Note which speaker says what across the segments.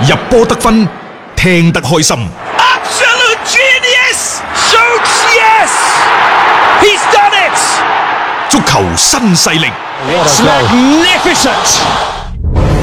Speaker 1: 入波得分，聽得開心。
Speaker 2: Absolute genius! Schultz, yes! He's done it!
Speaker 1: 足球新勢力，
Speaker 2: It's magnificent!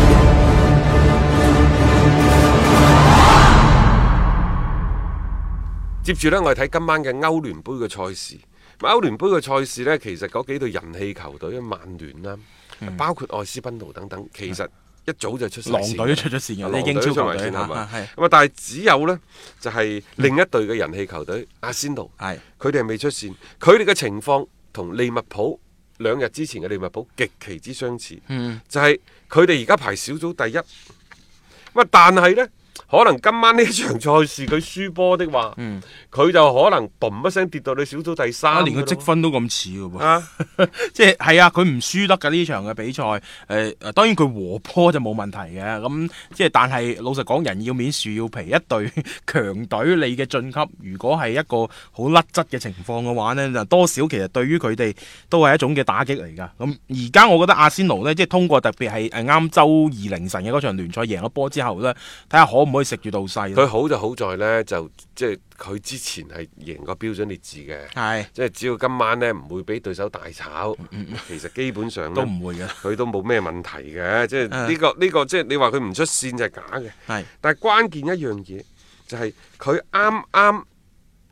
Speaker 3: 接住呢，我哋睇今晚嘅歐聯杯嘅賽事。咁歐聯杯嘅賽事呢，其實嗰幾隊人氣球隊，曼聯啦，
Speaker 4: 嗯
Speaker 3: 包括愛斯賓奴等等，其實一早就出晒
Speaker 4: 狼
Speaker 3: 線
Speaker 4: 隊都出咗線嘅
Speaker 3: 啊
Speaker 4: 呢
Speaker 3: 狼
Speaker 4: 英超
Speaker 3: 隊出
Speaker 4: 球
Speaker 3: 埋
Speaker 4: 隊
Speaker 3: 線係嘛？
Speaker 4: 嚇係
Speaker 3: 咁啊，但係只有呢，就係另一隊嘅人氣球隊阿仙奴，
Speaker 4: 係
Speaker 3: 佢哋係未出線，佢哋嘅情況同利物浦。兩日之前嘅利物浦極其之相似，
Speaker 4: 嗯
Speaker 3: 就係佢哋而家排小組第一，咁啊，但係呢，可能今晚呢一場賽事佢輸波的話，佢、就可能嘣一聲跌到你小組第
Speaker 4: 嗯啊，
Speaker 3: 三。
Speaker 4: 連個積分都咁似嘅喎，
Speaker 3: 啊，
Speaker 4: 即係係啊，佢唔輸得㗎呢場嘅比賽，誒、呃、當然佢和波就冇問題嘅，咁即係但係老實講，人要面樹要皮，一隊強隊你嘅晉級，如果係一個好甩質嘅情況嘅話呢，就多少其實對於佢哋都係一種嘅打擊嚟㗎。咁而家我覺得阿仙奴呢，即係通過特別係誒啱周二凌晨嘅嗰場聯賽贏咗波之後呢，睇下可唔可以食住到勢咯。
Speaker 3: 佢好就好在呢，就即係佢之前係贏過標準列治嘅，
Speaker 4: 係
Speaker 3: 即係只要今晚呢唔會俾對手大炒，其實基本上呢
Speaker 4: 嗯都唔會嘅，
Speaker 3: 佢都冇咩問題嘅。即係
Speaker 4: 啊
Speaker 3: 呢、個呢、個即係你話佢唔出線就係假嘅，
Speaker 4: 係
Speaker 3: 但係關鍵一樣嘢就係佢啱啱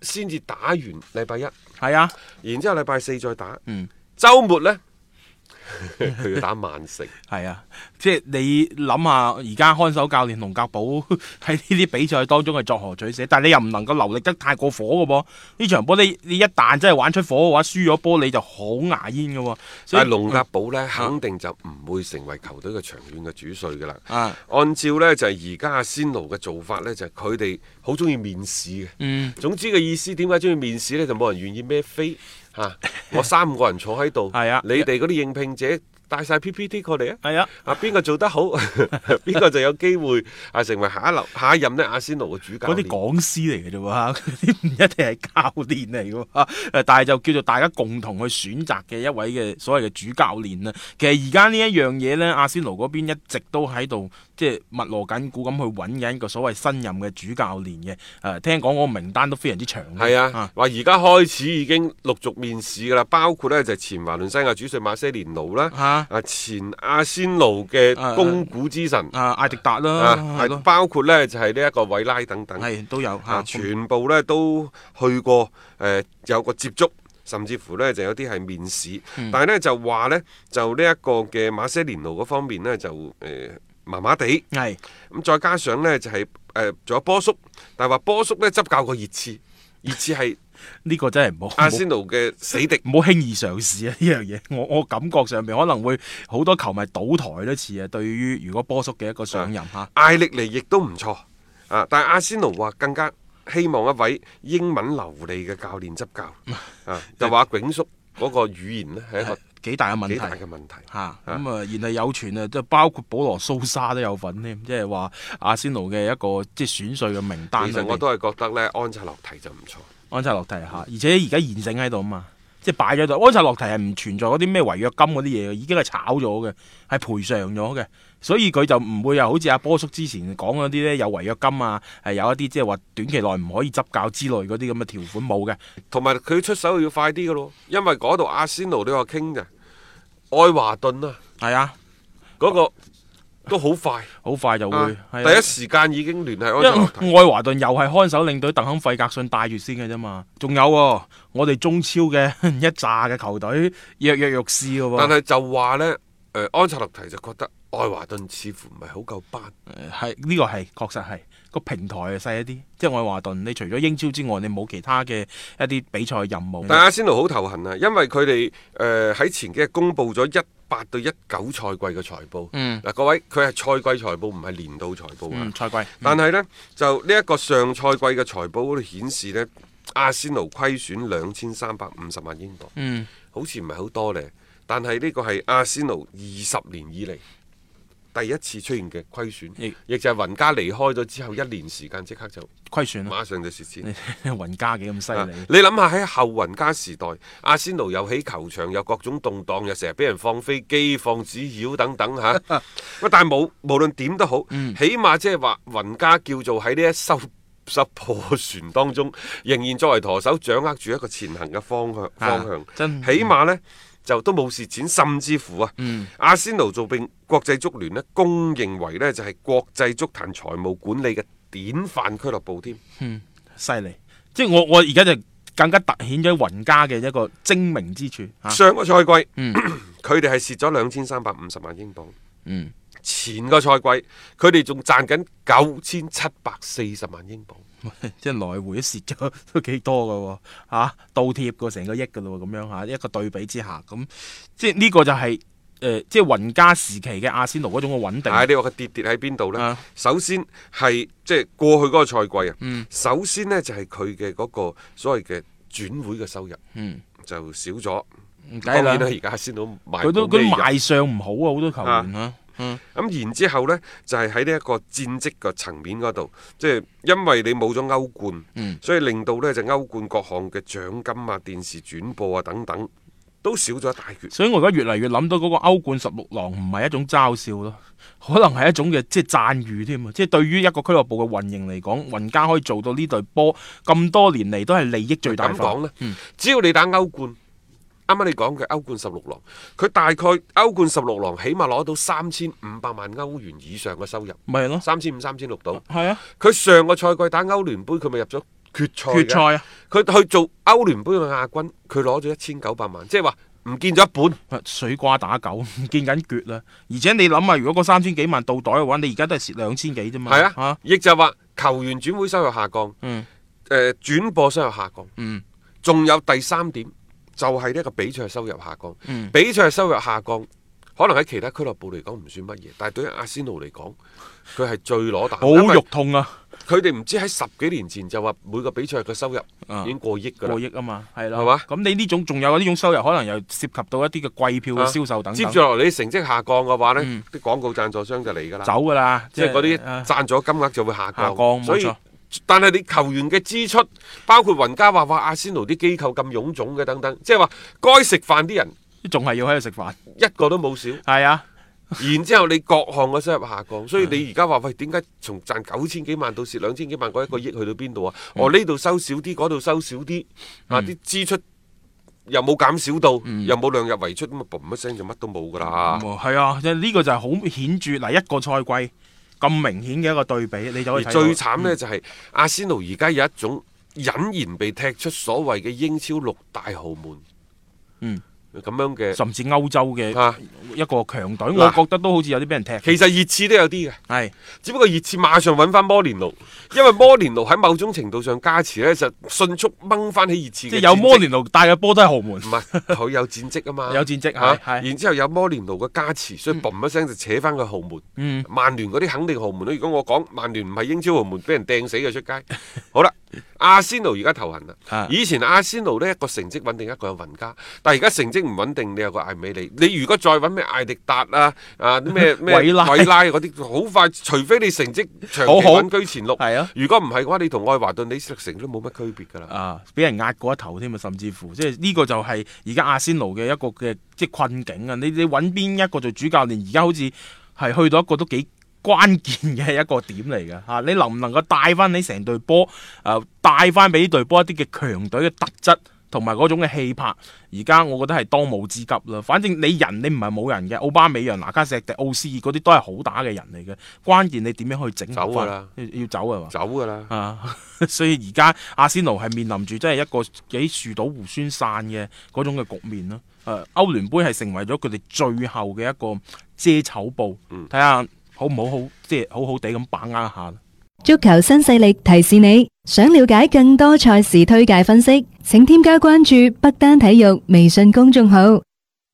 Speaker 3: 先至打完禮拜一。
Speaker 4: 係啊，
Speaker 3: 然之後禮拜四再打。
Speaker 4: 嗯
Speaker 3: 週末呢， 佢要打曼城。
Speaker 4: 係啊，即係你諗下，而家看守教練龍格堡 喺呢啲比賽當中係作何取捨？但係你又唔能夠流力得太過火嘅噃。呢場波你你一旦真係玩出火嘅話，輸咗波你就好牙煙嘅喎。 所
Speaker 3: 但
Speaker 4: 以嗯
Speaker 3: 係龍格堡呢，肯定就唔會成為球隊嘅長遠嘅主帥㗎啦。
Speaker 4: 啊
Speaker 3: 按照呢，就係而家阿仙奴嘅做法呢，就係佢哋好中意面試嘅。
Speaker 4: 嗯
Speaker 3: 總之嘅意思點解中意面試呢？就冇人願意孭飛嚇、 我三個人坐喺度，
Speaker 4: 係啊
Speaker 3: 你哋嗰啲應聘者帶晒 PPT 過嚟啊！
Speaker 4: 係啊，
Speaker 3: 啊邊個做得好， 邊個就有機會啊成為下一流下一任呢阿仙奴嘅主教
Speaker 4: 嗰
Speaker 3: 練
Speaker 4: 啲。講師嚟嘅啫喎，嗰啲唔一定係教練嚟嘅喎，誒但係就叫做大家共同去選擇嘅一位嘅所謂嘅主教練啦。其實而家呢一樣嘢呢，阿仙奴嗰邊一直都喺度即係密鑼緊鼓咁去揾緊一個所謂新任嘅主教練嘅。誒、聽講我名單都非常之長嘅。
Speaker 3: 係啊，話而家開始已經陸續面試㗎啦，包括呢就係前華倫西亞主帥馬西連奴啦，
Speaker 4: 啊
Speaker 3: 啊前阿仙奴嘅
Speaker 4: 啊啊
Speaker 3: 公股之神
Speaker 4: 啊艾迪達啦，
Speaker 3: 啊
Speaker 4: 係，咯，
Speaker 3: 包括呢就係呢一個韋拉等等，
Speaker 4: 係都有嗯嚇。
Speaker 3: 啊全部呢都去過誒有個接觸。甚至乎呢，就有啲係面試，但係呢，就話呢，就呢一個嘅馬西連奴嗰方面呢，就誒麻麻地，
Speaker 4: 係
Speaker 3: 咁再加上呢，就係誒仲有波叔，但係話波叔呢，執教過熱刺，熱刺係
Speaker 4: 呢、個真係唔好。
Speaker 3: 阿仙奴嘅死敵。
Speaker 4: 唔好輕易嘗試啊！呢樣嘢， 我我感覺上面可能會好多球迷倒台都似啊。對於如果波叔嘅一個上任嚇，
Speaker 3: 艾力尼亦都唔錯啊，但係阿仙奴話更加希望一位英文流利嘅教練執教啊，就話囧叔嗰個語言呢 係一個
Speaker 4: 幾大嘅問
Speaker 3: 幾大
Speaker 4: 題
Speaker 3: 嘅。問題。
Speaker 4: 嚇咁啊！然後有傳啊，即係包括保羅蘇沙都有份添，即係話阿仙奴嘅一個即係選帥嘅名單啊
Speaker 3: 其
Speaker 4: 裏
Speaker 3: 實
Speaker 4: 邊。
Speaker 3: 我都係覺得呢，安察洛提就唔錯。
Speaker 4: 安察洛提嚇，而且而家現成喺度啊嘛，即係擺咗喺度。安察洛提係唔存在嗰啲咩違約金嗰啲嘢嘅，已經係炒咗嘅，係賠償咗嘅，所以佢就唔會又好似阿波叔之前講嗰啲咧有違約金啊，係有一啲即係話短期內唔可以執教之類嗰啲咁嘅條款冇嘅。
Speaker 3: 同埋佢出手要快啲嘅咯，因為嗰度阿仙奴都有傾咋，愛華頓啊
Speaker 4: 係啊，
Speaker 3: 嗰、個都好快，
Speaker 4: 好快就會
Speaker 3: 啊
Speaker 4: 係啊嗯
Speaker 3: 第一時間已經聯繫安
Speaker 4: 因
Speaker 3: 察洛提。
Speaker 4: 為愛華頓又係看守領隊鄧肯費格遜帶住先嘅啫嘛，仲有喎、我哋中超嘅 一紮嘅球隊躍躍欲試嘅喎。
Speaker 3: 但係就話呢，誒、安察洛提就覺得愛華頓似乎唔係好夠班。
Speaker 4: 係呢、個係確實係個平台係細一啲，即係愛華頓。你除咗英超之外，你冇其他嘅一啲比賽任務。
Speaker 3: 但阿仙奴好頭痕啊，因為佢哋誒喺前幾日公布咗一八到一九賽季嘅財報。
Speaker 4: 嗯
Speaker 3: 嗱，各位佢係賽季財報，唔係年度財報啊。
Speaker 4: 嗯，賽季
Speaker 3: 但係呢，就呢一個上賽季嘅財報嗰度顯示呢，阿仙奴虧損兩千三百五十萬英鎊，
Speaker 4: 嗯
Speaker 3: 好似唔係好多呢。但係呢個係阿仙奴二十年以嚟第一次出現嘅虧損
Speaker 4: 亦，
Speaker 3: 亦就係雲加離開咗之後一年時間，即刻就
Speaker 4: 虧損啊！
Speaker 3: 馬上就蝕錢。
Speaker 4: 雲加幾咁犀
Speaker 3: 嗯啊
Speaker 4: 利？
Speaker 3: 你諗下喺後雲加時代，阿仙奴又起球場，又各種動盪，又成日俾人放飛機、放紙鷂等等 嚇。喂，但係冇無論點都好，
Speaker 4: 嗯
Speaker 3: 起碼即係話雲加叫做喺呢一 艘艘破船當中，仍然作為舵手掌握住一個前行嘅方向方向。
Speaker 4: 啊真
Speaker 3: 起碼呢，就都冇蝕錢，甚至乎啊，
Speaker 4: 嗯
Speaker 3: 阿仙奴做並國際足聯呢，公認為呢就係、國際足壇財務管理嘅典範俱樂部添。
Speaker 4: 犀利！即係我我而家就更加突顯咗雲加嘅一個精明之處啊！
Speaker 3: 上個賽季，
Speaker 4: 嗯
Speaker 3: 佢哋係蝕咗兩千三百五十萬英鎊。
Speaker 4: 嗯，
Speaker 3: 前個賽季，佢哋仲賺緊九千七百四十萬英鎊。
Speaker 4: 即係來回都蝕咗 都幾多噶喎、啊，倒貼過成個億噶咯喎，咁樣嚇、啊一個對比之下，咁即係呢個就係、呃即係雲加時期嘅阿仙奴嗰種嘅穩定。
Speaker 3: 但係你話佢跌跌喺邊度呢？
Speaker 4: 啊
Speaker 3: 首先係即係過去嗰個賽季啊，
Speaker 4: 嗯
Speaker 3: 首先呢就係佢嘅嗰個所謂嘅轉會嘅收入
Speaker 4: 嗯，
Speaker 3: 就少咗。
Speaker 4: 唔計
Speaker 3: 當
Speaker 4: 啦
Speaker 3: 然啦，，而家先到賣
Speaker 4: 佢都
Speaker 3: 到
Speaker 4: 佢
Speaker 3: 咩人
Speaker 4: 賣相唔好啊，好多球員啊，
Speaker 3: 咁然之後呢，就係喺呢一個戰績嘅層面嗰度，即係因為你冇咗歐冠，
Speaker 4: 嗯
Speaker 3: 所以令到呢就歐冠各項嘅獎金啊、電視轉播啊等等，都少咗一大橛。
Speaker 4: 所以我而家越嚟越諗到嗰個歐冠十六郎唔係一種嘲笑咯， 可能係一種嘅即係讚譽添啊！即係對於一個俱樂部嘅運營嚟講，雲加可以做到呢隊波咁多年嚟都係利益最大嗯
Speaker 3: 咁
Speaker 4: 化。
Speaker 3: 講呢，只要你打歐冠，啱啱你講嘅歐冠十六郎，佢大概歐冠十六郎起碼攞到三千五百萬歐元以上嘅收入，
Speaker 4: 咪係咯，
Speaker 3: 三千五、三千六到。
Speaker 4: 係啊，
Speaker 3: 佢上個賽季打歐聯杯，佢咪入咗決賽嘅
Speaker 4: 決賽啊！
Speaker 3: 佢去做歐聯杯嘅亞軍，佢攞咗一千九百萬，即係話唔見咗一半。
Speaker 4: 水瓜打狗，唔見緊橛啦！而且你諗下，如果嗰三千幾萬到袋嘅話，你而家都係蝕兩千幾啫嘛。
Speaker 3: 係啊
Speaker 4: 嚇，
Speaker 3: 亦就係話球員轉會收入下降，誒、
Speaker 4: 嗯
Speaker 3: 轉播收入下降，
Speaker 4: 嗯
Speaker 3: 仲有第三點就係呢個比賽收入下降。
Speaker 4: 嗯
Speaker 3: 比賽收入下降，可能喺其他俱樂部嚟講唔算乜嘢，但係對於阿仙奴嚟講，佢係最攞大。
Speaker 4: 好
Speaker 3: 因為
Speaker 4: 肉痛啊！
Speaker 3: 佢哋唔知喺十幾年前就話每個比賽嘅收入
Speaker 4: 啊
Speaker 3: 已經過億㗎啦
Speaker 4: 過。億啊嘛，係啦，
Speaker 3: 係嘛
Speaker 4: 咁你呢種仲有呢種收入，可能又涉及到一啲嘅貴票嘅
Speaker 3: 啊
Speaker 4: 銷售等
Speaker 3: 接
Speaker 4: 等
Speaker 3: 住，落嚟，你成績下降嘅話呢
Speaker 4: 嗯
Speaker 3: 啲廣告贊助商就嚟㗎啦。
Speaker 4: 走㗎啦，
Speaker 3: 即係嗰
Speaker 4: 啊
Speaker 3: 啲贊助金額就會下降，
Speaker 4: 下降冇
Speaker 3: 所以
Speaker 4: 錯。
Speaker 3: 但係你球員嘅支出，包括雲加話話阿仙奴啲機構咁臃腫嘅等等，即係話該食飯啲人
Speaker 4: 仲係要喺度食飯。
Speaker 3: 一個都冇 少。
Speaker 4: 係啊，
Speaker 3: 然之後你各項嘅收入下降，所以你而家話喂點解從賺九千幾萬到蝕兩千幾萬嗰一個億去到邊度啊？哦呢度收少啲，嗰度收少啲，啊啲支出又冇減少到，又冇量入為出，咁啊嘣一聲就乜都冇㗎啦。
Speaker 4: 咁啊係啊，即係呢個就係好顯著嗱，一個賽季咁明顯嘅一個對比，你就可
Speaker 3: 而
Speaker 4: 以睇
Speaker 3: 最
Speaker 4: 到嗯
Speaker 3: 慘呢，就係阿仙奴而家有一種隱然被踢出所謂嘅英超六大豪門，
Speaker 4: 嗯，
Speaker 3: 咁樣嘅
Speaker 4: 甚至歐洲嘅
Speaker 3: 啊，
Speaker 4: 一個強隊，我
Speaker 3: 嗱
Speaker 4: 覺得都好似有啲俾人踢。
Speaker 3: 其實熱刺都有啲嘅，
Speaker 4: 係
Speaker 3: 只不過熱刺馬上揾翻摩連奴，因為摩連奴喺某種程度上加持呢，就迅速掹翻起熱刺嘅
Speaker 4: 即係有摩
Speaker 3: 戰績
Speaker 4: 連奴帶嘅波都係豪門
Speaker 3: 唔。係佢有戰績啊 嘛，
Speaker 4: 有戰績
Speaker 3: 嚇
Speaker 4: 係係
Speaker 3: 然之後有摩連奴嘅加持，所以嘣一聲就扯翻佢豪門。
Speaker 4: 嗯
Speaker 3: 曼聯嗰啲肯定豪門啦。如果我講曼聯唔係英超豪門，俾人掟死嘅出街。好啦，阿仙奴而家頭痕
Speaker 4: 啊
Speaker 3: 啦。以前阿仙奴呢一個成績穩定，一個有雲加，但係而家成績唔穩定，你有個艾美利，你如果再揾咩艾迪達啊啊 啲咩咩
Speaker 4: 韋拉
Speaker 3: 韋拉嗰啲，好快，除非你成績長期
Speaker 4: 好好
Speaker 3: 穩居前六。
Speaker 4: 係啊
Speaker 3: 如果唔係嘅話，你同愛華頓、李斯特城都冇乜區別㗎啦。
Speaker 4: 啊，俾人壓過一頭添啊，甚至乎即係呢個就係而家阿仙奴嘅一個嘅即係困境啊！你你揾邊一個做主教練，而家好似係去到一個都幾關鍵嘅一個點嚟嘅嚇，你能唔能夠帶翻你成隊波誒帶翻俾呢隊波一啲嘅強隊嘅特質？同埋嗰種嘅氣魄，而家我覺得係當務之急啦。反正你人你唔係冇人嘅，奧巴美揚、拿卡石迪、奧斯爾嗰啲都係好打嘅人嚟嘅。關鍵你點樣去整合
Speaker 3: 走㗎
Speaker 4: 返
Speaker 3: 啦
Speaker 4: 要要走係嘛？
Speaker 3: 走㗎啦。
Speaker 4: 啊， 所以而家阿仙奴係面臨住真係一個幾樹倒猢猻散嘅嗰種嘅局面咯。誒、歐聯杯係成為咗佢哋最後嘅一個遮醜布，
Speaker 3: 嗯
Speaker 4: 睇下、好唔好好即係好好地咁把握一下。
Speaker 5: 足球新勢力提示你，想了解更多賽事推介分析，請添加關注北單體育微信公眾號。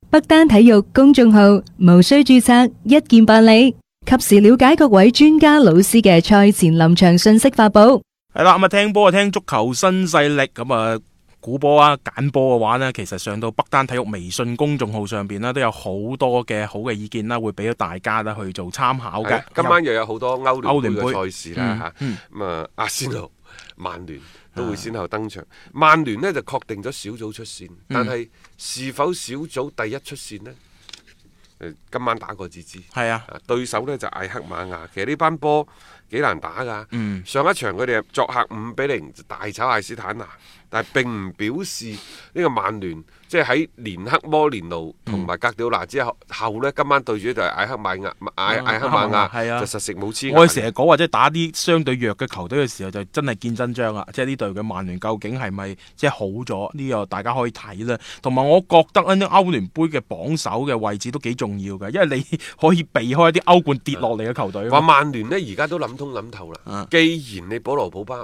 Speaker 5: 北單體育公眾號無需注冊，一鍵辦理，及時了解各位專家老師嘅賽前臨場信息發布。
Speaker 4: 係啦，咁啊聽波啊聽足球新勢力，咁啊估波啊、揀波嘅話呢，其實上到北單體育微信公眾號上邊呢，都有好多嘅好嘅意見啦，會俾到大家啦去做參考
Speaker 3: 係
Speaker 4: 嘅
Speaker 3: 啊。今晚又有好多歐
Speaker 4: 歐
Speaker 3: 聯
Speaker 4: 聯
Speaker 3: 杯
Speaker 4: 杯
Speaker 3: 嘅賽事啦
Speaker 4: 嗯啊
Speaker 3: 嚇，
Speaker 4: 嗯
Speaker 3: 咁啊阿仙奴、曼聯都會先後登場。曼聯呢就確定咗小組出線，
Speaker 4: 嗯
Speaker 3: 但係是否小組第一出線呢？誒今晚打過至知。
Speaker 4: 係啊，
Speaker 3: 啊對手呢就艾克馬亞，其實呢班波幾難打㗎。
Speaker 4: 嗯
Speaker 3: 上一場佢哋作客五比零大炒艾斯坦拿，但係並唔表示呢個曼聯即係喺連克摩連奴
Speaker 4: 嗯
Speaker 3: 同埋格調拿之後後呢，今晚對住就係艾克馬亞，艾艾克馬
Speaker 4: 艾克馬亞係
Speaker 3: 亞
Speaker 4: 啊
Speaker 3: 就實食冇黐牙
Speaker 4: 我哋成日講或者打啲相對弱嘅球隊嘅時候，就真係見真章啊啦。即係呢隊嘅曼聯究竟係咪即係好咗？呢、個大家可以睇啦。同埋我覺得呢歐聯杯嘅榜首嘅位置都幾重要嘅，因為你 可以避開一啲歐冠跌落嚟嘅球隊啊
Speaker 3: 話
Speaker 4: 嘛。
Speaker 3: 曼聯呢而家都諗通諗透啦
Speaker 4: 啊。
Speaker 3: 既然你保羅普巴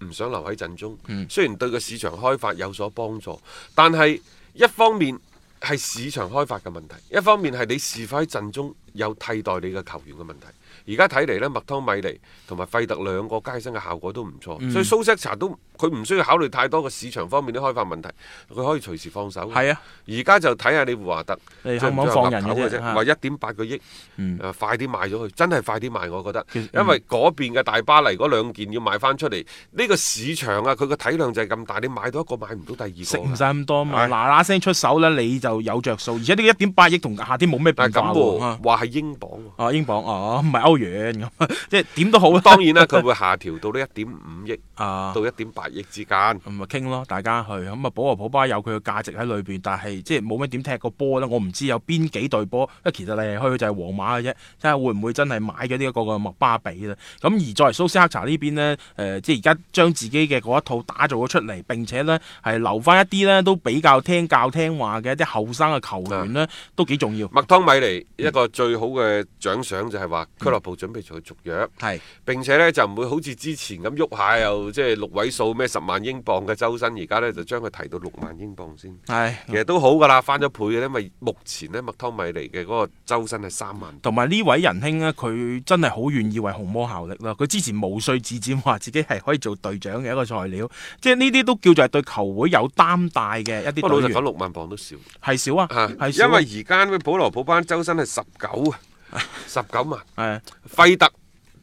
Speaker 3: 唔想留喺陣中，
Speaker 4: 嗯
Speaker 3: 雖然對個市場開發有所幫助，但係一方面係市場開發嘅問題，一方面係你是否喺陣中有替代你嘅球員嘅問題。而家睇嚟呢，麥湯米尼同埋費特兩個皆身嘅效果都唔錯，
Speaker 4: 嗯
Speaker 3: 所以蘇塞查都佢唔需要考慮太多個市場方面啲開發問題，佢可以隨時放手。
Speaker 4: 係啊，
Speaker 3: 而家就睇下你胡華特
Speaker 4: 你
Speaker 3: 最
Speaker 4: 肯唔肯放人嘅啫
Speaker 3: 話一點八個億，
Speaker 4: 嗯
Speaker 3: 誒快啲賣咗佢，真係快啲賣，我覺得
Speaker 4: 其實，嗯
Speaker 3: 因為嗰邊嘅大巴黎嗰兩件要賣翻出嚟，呢個市場啊，佢個體量就係咁大，你買到一個買唔到第二個㗎。啊
Speaker 4: 食唔晒咁多嘛，
Speaker 3: 係
Speaker 4: 嗱嗱聲出手呢，你就有着數。而且呢一點八億同夏天冇咩
Speaker 3: 但
Speaker 4: 變
Speaker 3: 係
Speaker 4: 化
Speaker 3: 咁
Speaker 4: 喎
Speaker 3: 喎，話係英鎊喎。
Speaker 4: 啊英鎊哦，唔係歐元咁，即係點都好啦。
Speaker 3: 當然啦，佢會下調到呢一點五億
Speaker 4: 啊，
Speaker 3: 到一點八億之間。
Speaker 4: 咁咪傾咯，大家去咁啊，保羅普巴有佢嘅價值喺裏邊，但係即係冇乜點踢過波啦。我唔知有邊幾隊波，因為其實嚟嚟去去就係皇馬嘅啫，睇下會唔會真係買咗呢一個嘅麥巴比啦。咁而作為蘇斯克查呢邊呢，誒、即係而家將自己嘅嗰一套打造咗出嚟，並且呢係留翻一啲呢都比較聽教聽話嘅一啲後生嘅球員呢，都幾重要。
Speaker 3: 麥湯米尼一個最好嘅獎賞就係話，俱樂部準備同佢續約。
Speaker 4: 係
Speaker 3: 並且呢，就唔會好似之前咁喐下又即係六位數咩十萬英鎊嘅周薪，而家呢，就將佢提到六萬英鎊先。
Speaker 4: 係。
Speaker 3: 其實都好㗎啦，翻咗倍嘅，因為目前呢，麥湯米尼嘅嗰個周薪係三萬。
Speaker 4: 同埋呢位仁兄呢，佢真係好願意為紅魔效力啦。佢之前無需自薦話自己係可以做隊長嘅一個材料，即係呢啲都叫做係對球會有擔戴嘅一
Speaker 3: 不過
Speaker 4: 啲
Speaker 3: 老
Speaker 4: 隊
Speaker 3: 實講，
Speaker 4: 員，
Speaker 3: 六萬磅都少
Speaker 4: 係少啊，
Speaker 3: 嚇，
Speaker 4: 係少
Speaker 3: 因
Speaker 4: 啊
Speaker 3: 為而家呢保羅普班周薪係十九啊，十九萬，
Speaker 4: 係
Speaker 3: 費特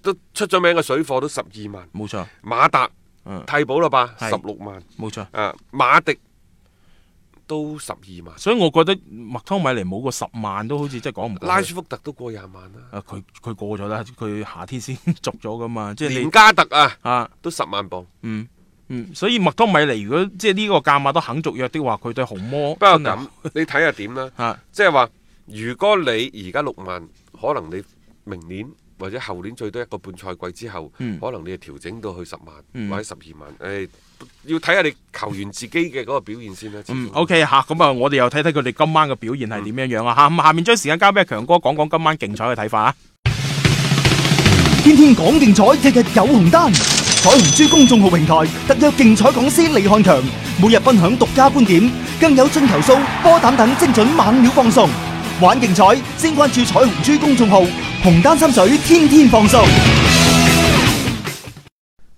Speaker 3: 都出咗名嘅水貨都十二萬，
Speaker 4: 冇錯，
Speaker 3: 馬達
Speaker 4: 嗯，
Speaker 3: 替補啦吧，
Speaker 4: 係
Speaker 3: 十六萬，
Speaker 4: 冇錯。
Speaker 3: 啊馬迪都十二萬，
Speaker 4: 所以我覺得麥湯米尼冇過十萬都好似真係講唔過
Speaker 3: 拉舒福特都過廿萬啦，
Speaker 4: 啊，佢佢過咗啦，佢夏天先 續咗噶嘛，即係
Speaker 3: 連
Speaker 4: 你
Speaker 3: 加特啊
Speaker 4: 啊。
Speaker 3: 都十萬磅。
Speaker 4: 嗯嗯，所以麥湯米尼如果即係呢個價碼都肯續約的話，佢對紅魔
Speaker 3: 不過
Speaker 4: 真係
Speaker 3: 咁，你睇下 點啦。
Speaker 4: 啊
Speaker 3: 即係話，如果你而家六萬，可能你明年或者後年最多一個半賽季之後，
Speaker 4: 嗯
Speaker 3: 可能你就調整到去十萬、
Speaker 4: 嗯
Speaker 3: 或者十二萬。誒、要睇下你球員自己嘅嗰個表現先啦。始終
Speaker 4: 嗯，OK 吓，咁啊，我哋又睇睇佢哋今晚嘅表現係點樣樣啊吓，咁下面將時間交俾阿強哥講講今晚競彩嘅睇法啊。
Speaker 6: 天天講競彩，日日有紅單。彩虹珠公眾號平台特約競彩講師李漢強，每日分享獨家觀點，更有進球數、波膽等精準猛料放送。玩競彩，先關注彩虹珠公眾號，紅單心水，天天放送。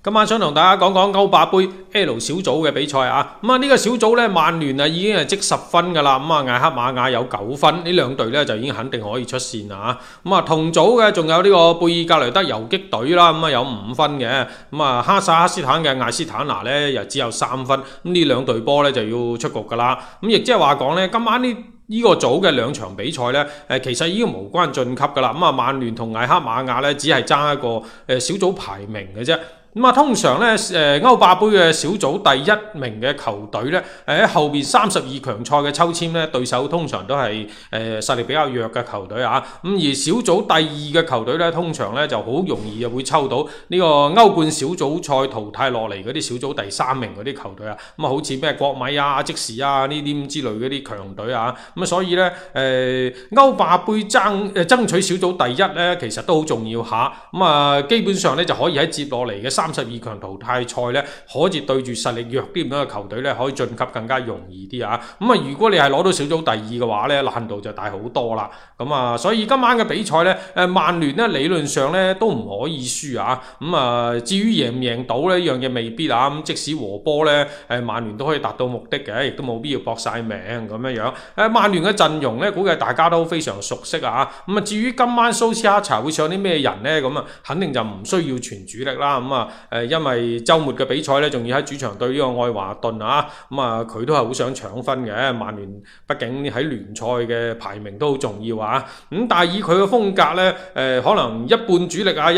Speaker 7: 今晚啊想同大家講講歐霸杯 L 小組嘅比賽啊，咁啊呢個小組呢，曼聯啊已經係積十分㗎啦，咁啊艾克馬亞有九分，呢兩隊呢就已經肯定可以出線啦嚇。咁啊同組嘅仲有呢個貝爾格雷德游擊隊啦，咁啊有五分嘅，咁啊哈薩克斯坦嘅艾斯坦拿呢又只有三分，咁呢兩隊波呢就要出局㗎啦。咁亦即係話講呢，今晚呢。呢個組嘅兩場比賽呢，誒、其實已經無關晉級㗎啦。咁啊，曼聯同艾克馬亞呢，只係爭一個誒、小組排名嘅啫。咁啊，通常咧，誒、歐霸杯嘅小組第一名嘅球隊咧，誒、喺後邊三十二強賽嘅抽籤咧，對手通常都係誒、實力比較弱嘅球隊啊。咁而小組第二嘅球隊咧，通常咧就好容易就會抽到呢個歐冠小組賽淘汰落嚟嗰啲小組第三名嗰啲球隊啊。咁啊，好似咩國米啊、即時啊呢啲咁之類嗰啲強隊啊。咁啊，所以咧，誒、歐霸杯爭誒、爭取小組第一咧，其實都好重要下。咁啊，基本上咧就可以喺接落嚟嘅三三十二強淘汰賽呢，可以對住實力弱啲咁樣嘅球隊呢，可以晉級更加容易啲啊！咁啊，如果你係攞到小組第二嘅話呢，難度就大好多啦。咁啊，所以今晚嘅比賽呢，誒曼聯呢理論上呢都唔可以輸啊！咁啊，至於贏唔贏到呢樣嘢未必啊！咁即使和波呢，誒曼聯都可以達到目的嘅，亦都冇必要搏晒命咁樣樣。誒曼聯嘅陣容呢，估計大家都非常熟悉啊！咁啊，至於今晚蘇斯克查會上啲咩人呢？咁啊，肯定就唔需要全主力啦。咁啊，誒因為週末嘅比賽呢，仲要喺主場對呢個愛華頓啊，咁啊佢都係好想搶分嘅。曼聯畢竟喺聯賽嘅排名都好重要啊。咁但係以佢嘅風格呢，誒、可能一半主力啊，一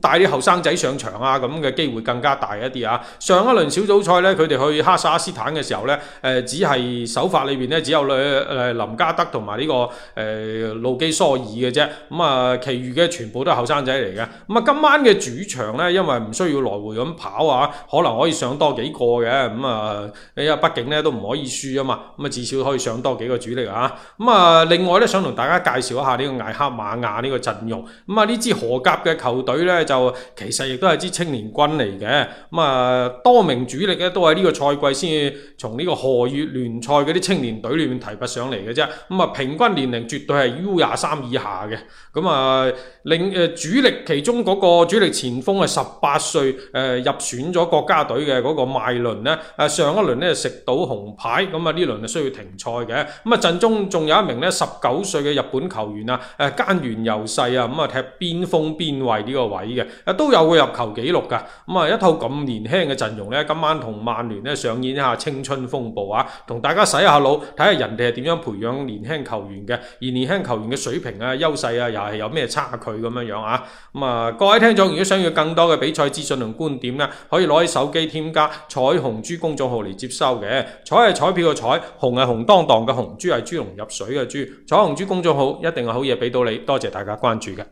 Speaker 7: 半帶啲後生仔上場啊，咁嘅機會更加大一啲啊。上一輪小組賽呢，佢哋去哈薩克斯坦嘅時候呢，誒、只係首發裏邊呢，只有誒、呃、林加德同埋呢個誒、呃路基蘇爾嘅啫。咁、啊，其餘嘅全部都係後生仔嚟嘅。咁、啊，今晚嘅主場呢，因為唔需要來回咁跑啊，可能可以上多幾個嘅。咁、啊，因為畢竟呢都唔可以輸啊嘛，咁啊至少可以上多幾個主力啊。咁啊，另外咧，想同大家介紹一下呢個艾克馬亞呢個陣容。咁啊，呢支荷甲嘅球隊咧，就其實亦都係支青年軍嚟嘅。咁啊，多名主力咧都喺呢個賽季先至從呢個荷乙聯賽嗰啲青年隊裏面提拔上嚟嘅啫。咁啊，平均年齡絕對係 U 廿三以下嘅。咁啊，另誒、呃主力其中嗰個主力前鋒啊係十八歲，誒、入選咗國家隊嘅嗰個麥倫咧，誒、上一輪咧食到紅牌，咁啊呢輪就需要停賽嘅。咁啊陣中仲有一名咧十九歲嘅日本球員啊，誒菅原由勢啊，咁啊踢邊鋒邊衛呢個位嘅，誒都有個入球記錄㗎。咁啊一套咁年輕嘅陣容咧，今晚同曼聯咧上演一下青春風暴啊，同大家洗下腦，睇下人哋係點樣培養年輕球員嘅，而年輕球員嘅水平啊、優勢啊，又係有咩差距咁樣樣啊。咁啊，各位聽眾，如果想要更多嘅比賽資訊同觀點呢，可以攞起手機添加彩虹豬公眾號嚟接收嘅。彩係彩票嘅彩，紅係紅當當嘅紅，豬係豬籠入水嘅豬。彩虹豬公眾號一定係好嘢俾到你，多謝大家關注嘅。